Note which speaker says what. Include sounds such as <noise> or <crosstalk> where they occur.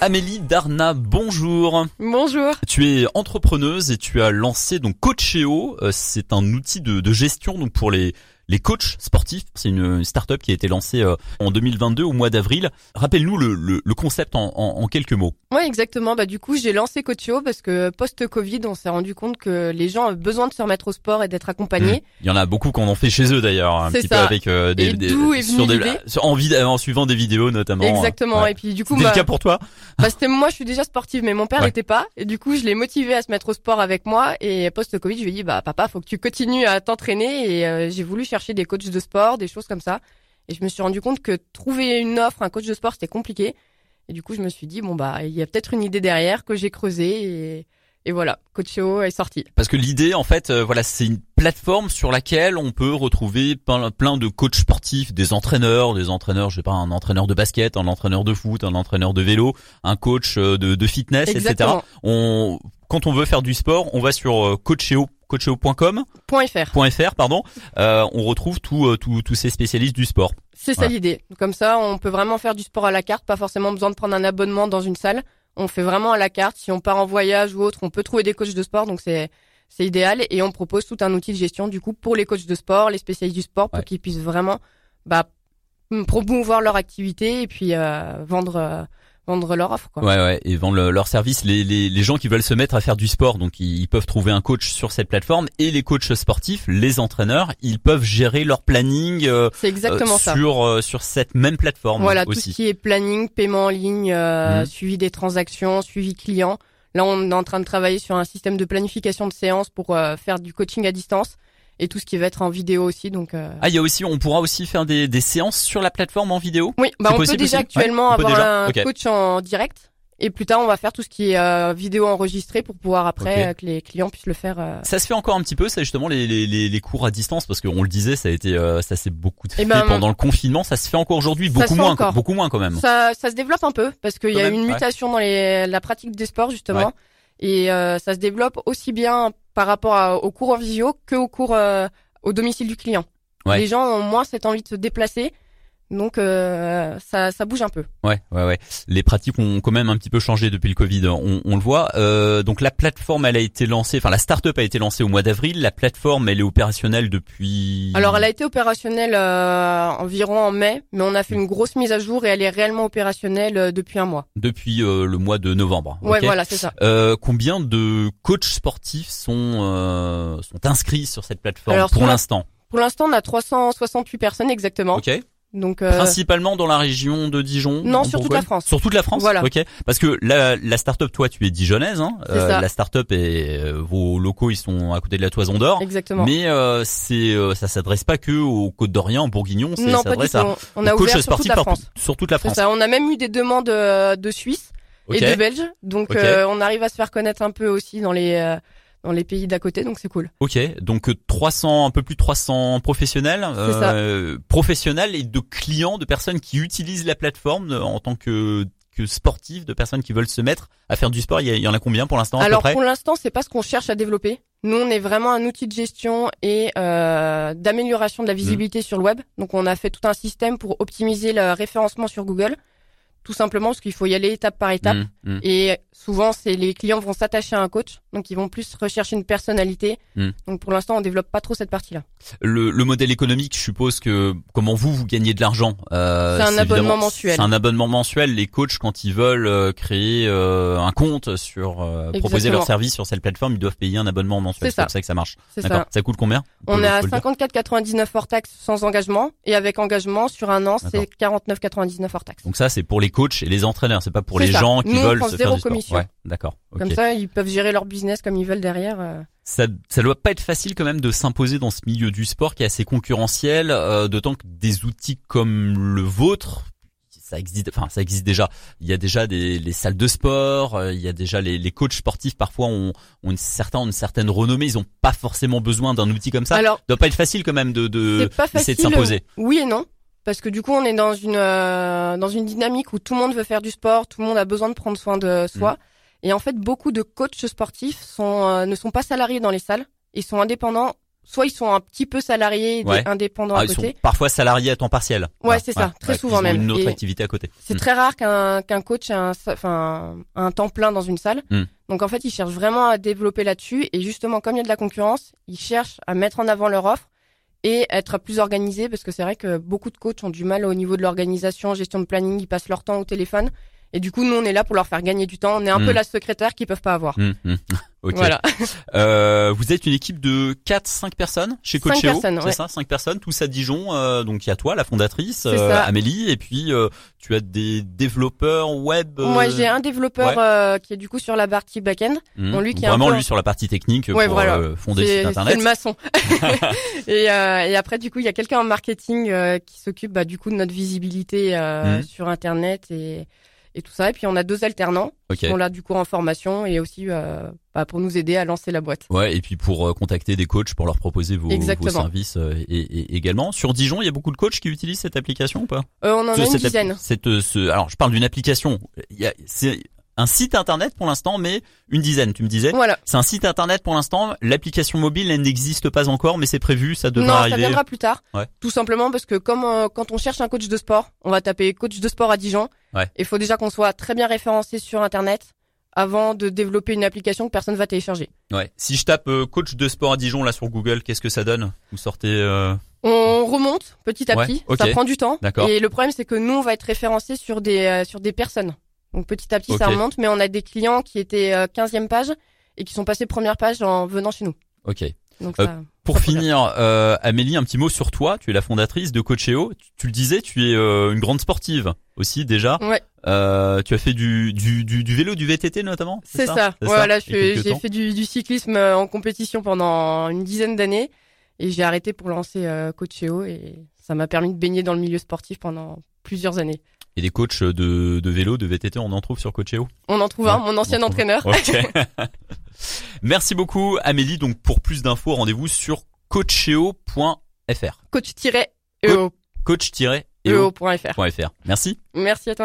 Speaker 1: Amélie Darna, bonjour.
Speaker 2: Bonjour.
Speaker 1: Tu es entrepreneuse et tu as lancé donc Coachéo. Euh, C'est un outil de, de gestion donc pour les les coachs sportifs. C'est une start-up qui a été lancée euh, en 2022 au mois d'avril. Rappelle-nous le, le, le concept en, en, en quelques mots.
Speaker 2: Ouais, exactement. Bah du coup, j'ai lancé Coachio parce que post-Covid, on s'est rendu compte que les gens ont besoin de se remettre au sport et d'être accompagnés.
Speaker 1: Mmh. Il y en a beaucoup qu'on en fait chez eux d'ailleurs, un
Speaker 2: C'est
Speaker 1: petit
Speaker 2: ça.
Speaker 1: peu avec euh, des,
Speaker 2: Et
Speaker 1: des-
Speaker 2: d'où est
Speaker 1: sur
Speaker 2: venue
Speaker 1: des
Speaker 2: l'idée
Speaker 1: sur- en, vid- en suivant des vidéos notamment.
Speaker 2: Exactement.
Speaker 1: Ouais.
Speaker 2: Et puis du coup,
Speaker 1: C'était
Speaker 2: bah,
Speaker 1: le cas pour toi
Speaker 2: bah, c'était moi, je suis déjà sportive, mais mon père
Speaker 1: Ouais.
Speaker 2: n'était pas. Et du coup, je l'ai motivé à se mettre au sport avec moi. Et post-Covid, je lui ai dit, bah papa, faut que tu continues à t'entraîner. Et euh, j'ai voulu chercher des coachs de sport, des choses comme ça. Et je me suis rendu compte que trouver une offre, un coach de sport, c'était compliqué. Et du coup, je me suis dit, bon bah, il y a peut-être une idée derrière que j'ai creusée. Et, et voilà, Coachio est sorti.
Speaker 1: Parce que l'idée, en fait, euh, voilà, c'est une plateforme sur laquelle on peut retrouver plein, plein de coachs sportifs, des entraîneurs, des entraîneurs, je sais pas, un entraîneur de basket, un entraîneur de foot, un entraîneur de vélo, un coach euh, de, de fitness, etc.
Speaker 2: Exactement.
Speaker 1: On, quand on veut faire du sport, on va sur euh, coacheo coacheo.com.fr
Speaker 2: Point fr.
Speaker 1: pardon Euh, on retrouve tout, euh, tout- tous ces spécialistes du sport
Speaker 2: C'est ça
Speaker 1: Voilà.
Speaker 2: l'idée. Comme ça, on peut vraiment faire du sport à la carte, pas forcément besoin de prendre un abonnement dans une salle. On fait vraiment à la carte. Si on part en voyage ou autre, on peut trouver des coachs de sport, donc c'est c'est idéal. Et on propose tout un outil de gestion du coup pour les coachs de sport, les spécialistes du sport, pour
Speaker 1: Ouais.
Speaker 2: qu'ils puissent vraiment bah, m- promouvoir leur activité et puis euh, vendre euh, vendre leur offre. Quoi.
Speaker 1: ouais ouais et vendent le- leurs services les, les, les gens qui veulent se mettre à faire du sport donc ils, ils peuvent trouver un coach sur cette plateforme et les coachs sportifs les entraîneurs ils peuvent gérer leur planning euh,
Speaker 2: C'est exactement
Speaker 1: euh,
Speaker 2: ça.
Speaker 1: sur euh, sur cette même plateforme
Speaker 2: Voilà, tout
Speaker 1: aussi.
Speaker 2: ce qui est planning, paiement en ligne, euh,
Speaker 1: Mhm.
Speaker 2: suivi des transactions, suivi client. Là, on est en train de travailler sur un système de planification de séances pour euh, faire du coaching à distance et tout ce qui va être en vidéo aussi. Donc, euh,
Speaker 1: Ah, il y a aussi, on pourra aussi faire des, des séances sur la plateforme en vidéo.
Speaker 2: oui, bah,
Speaker 1: c'est
Speaker 2: on
Speaker 1: possible
Speaker 2: peut déjà
Speaker 1: aussi
Speaker 2: actuellement
Speaker 1: Ouais, on peut
Speaker 2: avoir
Speaker 1: déjà,
Speaker 2: un
Speaker 1: ok.
Speaker 2: coach en direct et plus tard, on va faire tout ce qui est euh, vidéo enregistrée pour pouvoir après
Speaker 1: Ok.
Speaker 2: euh, que les clients puissent le faire. euh.
Speaker 1: Ça se fait encore un petit peu, ça justement les, les, les, les cours à distance parce qu'on le disait, ça a été, euh, ça s'est beaucoup fait
Speaker 2: Eh ben,
Speaker 1: pendant le confinement, ça se fait encore aujourd'hui,
Speaker 2: ça
Speaker 1: beaucoup
Speaker 2: se fait
Speaker 1: moins,
Speaker 2: encore.
Speaker 1: beaucoup moins quand même.
Speaker 2: Ça, ça se développe un peu parce qu'il
Speaker 1: Ah Quand
Speaker 2: y a
Speaker 1: même,
Speaker 2: une
Speaker 1: ouais.
Speaker 2: mutation dans les, la pratique des sports justement
Speaker 1: Ouais.
Speaker 2: et euh, ça se développe aussi bien par rapport à- aux cours en visio que aux cours euh, au domicile du client.
Speaker 1: Ouais.
Speaker 2: Les gens ont moins cette envie de se déplacer, donc euh, ça, ça bouge un peu.
Speaker 1: Ouais, ouais, ouais. Les pratiques ont quand même un petit peu changé depuis le Covid, on, on le voit. Euh, donc la plateforme, elle a été lancée, enfin la start-up a été lancée au mois d'avril. La plateforme, elle est opérationnelle depuis.
Speaker 2: Alors elle a été opérationnelle euh, environ en mai, mais on a fait une grosse mise à jour et elle est réellement opérationnelle euh, depuis un mois.
Speaker 1: depuis euh, le mois de novembre.
Speaker 2: Ouais,
Speaker 1: ok
Speaker 2: voilà, c'est ça.
Speaker 1: Euh, combien de coachs sportifs sont euh, sont inscrits sur cette plateforme
Speaker 2: Alors,
Speaker 1: pour
Speaker 2: sur la-
Speaker 1: l'instant
Speaker 2: Pour l'instant, on a 368 personnes exactement.
Speaker 1: Ok.
Speaker 2: Donc euh,
Speaker 1: Principalement dans la région de Dijon.
Speaker 2: Non,
Speaker 1: en
Speaker 2: sur toute
Speaker 1: Bourgogne
Speaker 2: la France.
Speaker 1: Sur toute la France.
Speaker 2: Voilà.
Speaker 1: Ok. Parce que la la startup, toi, tu es dijonnaise. Hein
Speaker 2: C'est ça.
Speaker 1: la startup et euh, vos locaux, ils sont à côté de la Toison d'Or.
Speaker 2: exactement.
Speaker 1: Mais euh, c'est euh, ça s'adresse pas que aux Côtes d'Orient, aux Bourguignon. c'est-
Speaker 2: non,
Speaker 1: ça
Speaker 2: pas du
Speaker 1: s'adresse
Speaker 2: tout.
Speaker 1: à
Speaker 2: On- On a
Speaker 1: aux coachs
Speaker 2: ouvert sur toute
Speaker 1: sportifs
Speaker 2: la
Speaker 1: par-
Speaker 2: France.
Speaker 1: sur toute la
Speaker 2: C'est
Speaker 1: France.
Speaker 2: ça, on a même eu des demandes euh, de Suisse
Speaker 1: Ok.
Speaker 2: et de Belges. Donc
Speaker 1: Ok.
Speaker 2: euh, on arrive à se faire connaître un peu aussi dans les euh, dans les pays d'à côté, donc c'est cool.
Speaker 1: Ok, donc euh, 300, un peu plus de 300 professionnels,
Speaker 2: ça.
Speaker 1: euh, professionnels et de clients, de personnes qui utilisent la plateforme euh, en tant que que sportifs, de personnes qui veulent se mettre à faire du sport. Il y, a- il y en a combien pour l'instant à
Speaker 2: Alors
Speaker 1: peu près
Speaker 2: pour l'instant, c'est pas ce qu'on cherche à développer. Nous, on est vraiment un outil de gestion et euh, d'amélioration
Speaker 1: Mmh.
Speaker 2: de la visibilité sur le web. Donc on a fait tout un système pour optimiser le référencement sur Google, tout simplement parce qu'il faut y aller étape par étape.
Speaker 1: Mm, mm.
Speaker 2: Et souvent, c'est les clients vont s'attacher à un coach, donc ils vont plus rechercher une personnalité.
Speaker 1: Mm.
Speaker 2: Donc pour l'instant, on développe pas trop cette partie-là.
Speaker 1: Le, le modèle économique, je suppose que comment vous vous gagnez de l'argent euh,
Speaker 2: C'est un abonnement
Speaker 1: évidemment-
Speaker 2: mensuel.
Speaker 1: C'est un abonnement mensuel. Les coachs, quand ils veulent euh, créer euh, un compte sur euh, proposer
Speaker 2: Exactement.
Speaker 1: leur service sur cette plateforme, ils doivent payer un abonnement mensuel.
Speaker 2: C'est
Speaker 1: C'est
Speaker 2: ça.
Speaker 1: comme ça que ça marche.
Speaker 2: C'est
Speaker 1: D'accord.
Speaker 2: ça.
Speaker 1: Ça coûte combien
Speaker 2: On
Speaker 1: Faut-
Speaker 2: est à
Speaker 1: faut le dire.
Speaker 2: 54,99 hors taxe sans engagement et avec engagement sur un an
Speaker 1: D'accord.
Speaker 2: c'est 49,99 hors taxe.
Speaker 1: Donc ça, c'est pour les coachs et les entraîneurs. C'est pas pour
Speaker 2: C'est
Speaker 1: les
Speaker 2: ça.
Speaker 1: gens qui
Speaker 2: Nous, on
Speaker 1: veulent
Speaker 2: prend
Speaker 1: se
Speaker 2: zéro
Speaker 1: faire du sport.
Speaker 2: commission.
Speaker 1: Ouais, d'accord. ok.
Speaker 2: Comme ça ils peuvent gérer leur business comme ils veulent derrière. euh.
Speaker 1: Ça, ça doit pas être facile quand même de s'imposer dans ce milieu du sport qui est assez concurrentiel, euh, d'autant que des outils comme le vôtre. Ça existe, enfin ça existe déjà. Il y a déjà des les salles de sport, euh, il y a déjà les, les coachs sportifs. Parfois, ont, ont une certaine, une certaine renommée. Ils ont pas forcément besoin d'un outil comme ça.
Speaker 2: Alors
Speaker 1: doit pas être facile quand même de de
Speaker 2: c'est pas
Speaker 1: d'essayer
Speaker 2: facile.
Speaker 1: de s'imposer.
Speaker 2: Oui et non parce que du coup on est dans une euh, dans une dynamique où tout le monde veut faire du sport, tout le monde a besoin de prendre soin de
Speaker 1: Mm.
Speaker 2: soi et en fait beaucoup de coachs sportifs sont euh, ne sont pas salariés dans les salles, ils sont indépendants soit ils sont un petit peu salariés, des-
Speaker 1: Ouais.
Speaker 2: indépendants
Speaker 1: Ah,
Speaker 2: à
Speaker 1: ils
Speaker 2: côté.
Speaker 1: sont parfois salariés à temps partiel.
Speaker 2: Ouais, c'est ça, très souvent
Speaker 1: ils ont
Speaker 2: même.
Speaker 1: Une autre
Speaker 2: Et-
Speaker 1: activité à côté.
Speaker 2: C'est
Speaker 1: Mm.
Speaker 2: très rare qu'un qu'un coach ait un, sa- enfin, un temps plein dans une salle.
Speaker 1: Mm.
Speaker 2: Donc en fait, ils cherchent vraiment à développer là-dessus. Et justement, comme il y a de la concurrence, ils cherchent à mettre en avant leur offre et être plus organisés parce que c'est vrai que beaucoup de coachs ont du mal au niveau de l'organisation, gestion de planning, ils passent leur temps au téléphone. Et du coup, nous, on est là pour leur faire gagner du temps. On est un
Speaker 1: Mm.
Speaker 2: peu la secrétaire qu'ils peuvent pas avoir.
Speaker 1: Mm, mm. <laughs> Ok.
Speaker 2: Voilà.
Speaker 1: Euh, vous êtes une équipe de 4-5 personnes chez
Speaker 2: Cinq
Speaker 1: Coacheo,
Speaker 2: personnes,
Speaker 1: c'est
Speaker 2: ouais.
Speaker 1: ça 5 personnes, tous à Dijon. euh, donc il y a toi, la fondatrice,
Speaker 2: C'est
Speaker 1: euh,
Speaker 2: ça.
Speaker 1: Amélie, et puis euh, tu as des développeurs web. euh,
Speaker 2: Moi, j'ai un développeur
Speaker 1: ouais.
Speaker 2: euh, qui est du coup sur la partie back-end.
Speaker 1: hmm,
Speaker 2: bon, lui qui est un
Speaker 1: vraiment
Speaker 2: peu-
Speaker 1: lui sur la partie technique
Speaker 2: Ouais,
Speaker 1: pour
Speaker 2: voilà.
Speaker 1: euh, fonder le
Speaker 2: C'est
Speaker 1: site
Speaker 2: c'est
Speaker 1: internet.
Speaker 2: le
Speaker 1: <laughs>
Speaker 2: maçon. <laughs> et, euh, et après, du coup, il y a quelqu'un en marketing euh, qui s'occupe bah, du coup de notre visibilité euh,
Speaker 1: Mhm.
Speaker 2: sur Internet et, et tout ça. Et puis, on a deux alternants
Speaker 1: Ok.
Speaker 2: qui sont là du coup en formation et aussi euh, bah, pour nous aider à lancer la boîte.
Speaker 1: Ouais, et puis pour euh, contacter des coachs pour leur proposer vos, vos
Speaker 2: Exactement.
Speaker 1: services euh, et, et également sur Dijon, il y a beaucoup de coachs qui utilisent cette application ou pas
Speaker 2: Euh, on en a
Speaker 1: Ce-
Speaker 2: une
Speaker 1: cette app-
Speaker 2: dizaine.
Speaker 1: cette, euh, ce- alors, je parle d'une application. Il y a- C'est un site internet pour l'instant, mais une dizaine. Tu me disais.
Speaker 2: Voilà.
Speaker 1: C'est un site internet pour l'instant. L'application mobile, elle n'existe pas encore, mais c'est prévu. Ça devrait
Speaker 2: non,
Speaker 1: arriver.
Speaker 2: ça viendra plus tard.
Speaker 1: Ouais.
Speaker 2: Tout simplement parce que comme euh, quand on cherche un coach de sport, on va taper coach de sport à Dijon.
Speaker 1: Ouais.
Speaker 2: Il faut déjà qu'on soit très bien référencé sur Internet avant de développer une application que personne va télécharger.
Speaker 1: Ouais. Si je tape euh, coach de sport à Dijon là sur Google, qu'est-ce que ça donne Vous sortez. euh,
Speaker 2: On remonte petit à
Speaker 1: Ouais,
Speaker 2: petit,
Speaker 1: ok.
Speaker 2: ça prend du temps.
Speaker 1: D'accord.
Speaker 2: Et le problème, c'est que nous, on va être référencé sur des euh, sur des personnes. Donc petit à petit, ça
Speaker 1: Ok.
Speaker 2: remonte, mais on a des clients qui étaient euh, 15e page et qui sont passés première page en venant chez nous.
Speaker 1: Ok.
Speaker 2: Donc
Speaker 1: Euh,
Speaker 2: ça,
Speaker 1: Pour
Speaker 2: Pas trop
Speaker 1: finir, euh, Amélie, un petit mot sur toi. Tu es la fondatrice de Coacheo. Tu, tu le disais, tu es euh, une grande sportive aussi déjà.
Speaker 2: Ouais.
Speaker 1: Euh, tu as fait du, du, du, du vélo, du VTT notamment.
Speaker 2: c'est ça. Voilà, je
Speaker 1: Il y a
Speaker 2: fais-
Speaker 1: quelques
Speaker 2: j'ai
Speaker 1: temps.
Speaker 2: fait du, du cyclisme euh, en compétition pendant une dizaine d'années et j'ai arrêté pour lancer euh, Coacheo et ça m'a permis de baigner dans le milieu sportif pendant plusieurs années.
Speaker 1: Et des coachs de, de vélo, de VTT, on en trouve sur Coacheo.
Speaker 2: On en trouve un,
Speaker 1: Ouais,
Speaker 2: mon ancien
Speaker 1: on en trouve un.
Speaker 2: entraîneur.
Speaker 1: <laughs> Ok. Merci beaucoup Amélie. Donc pour plus d'infos, rendez-vous sur coacheo.fr.
Speaker 2: Coach-eo.fr.
Speaker 1: coach-eo.fr. Merci.
Speaker 2: Merci à toi.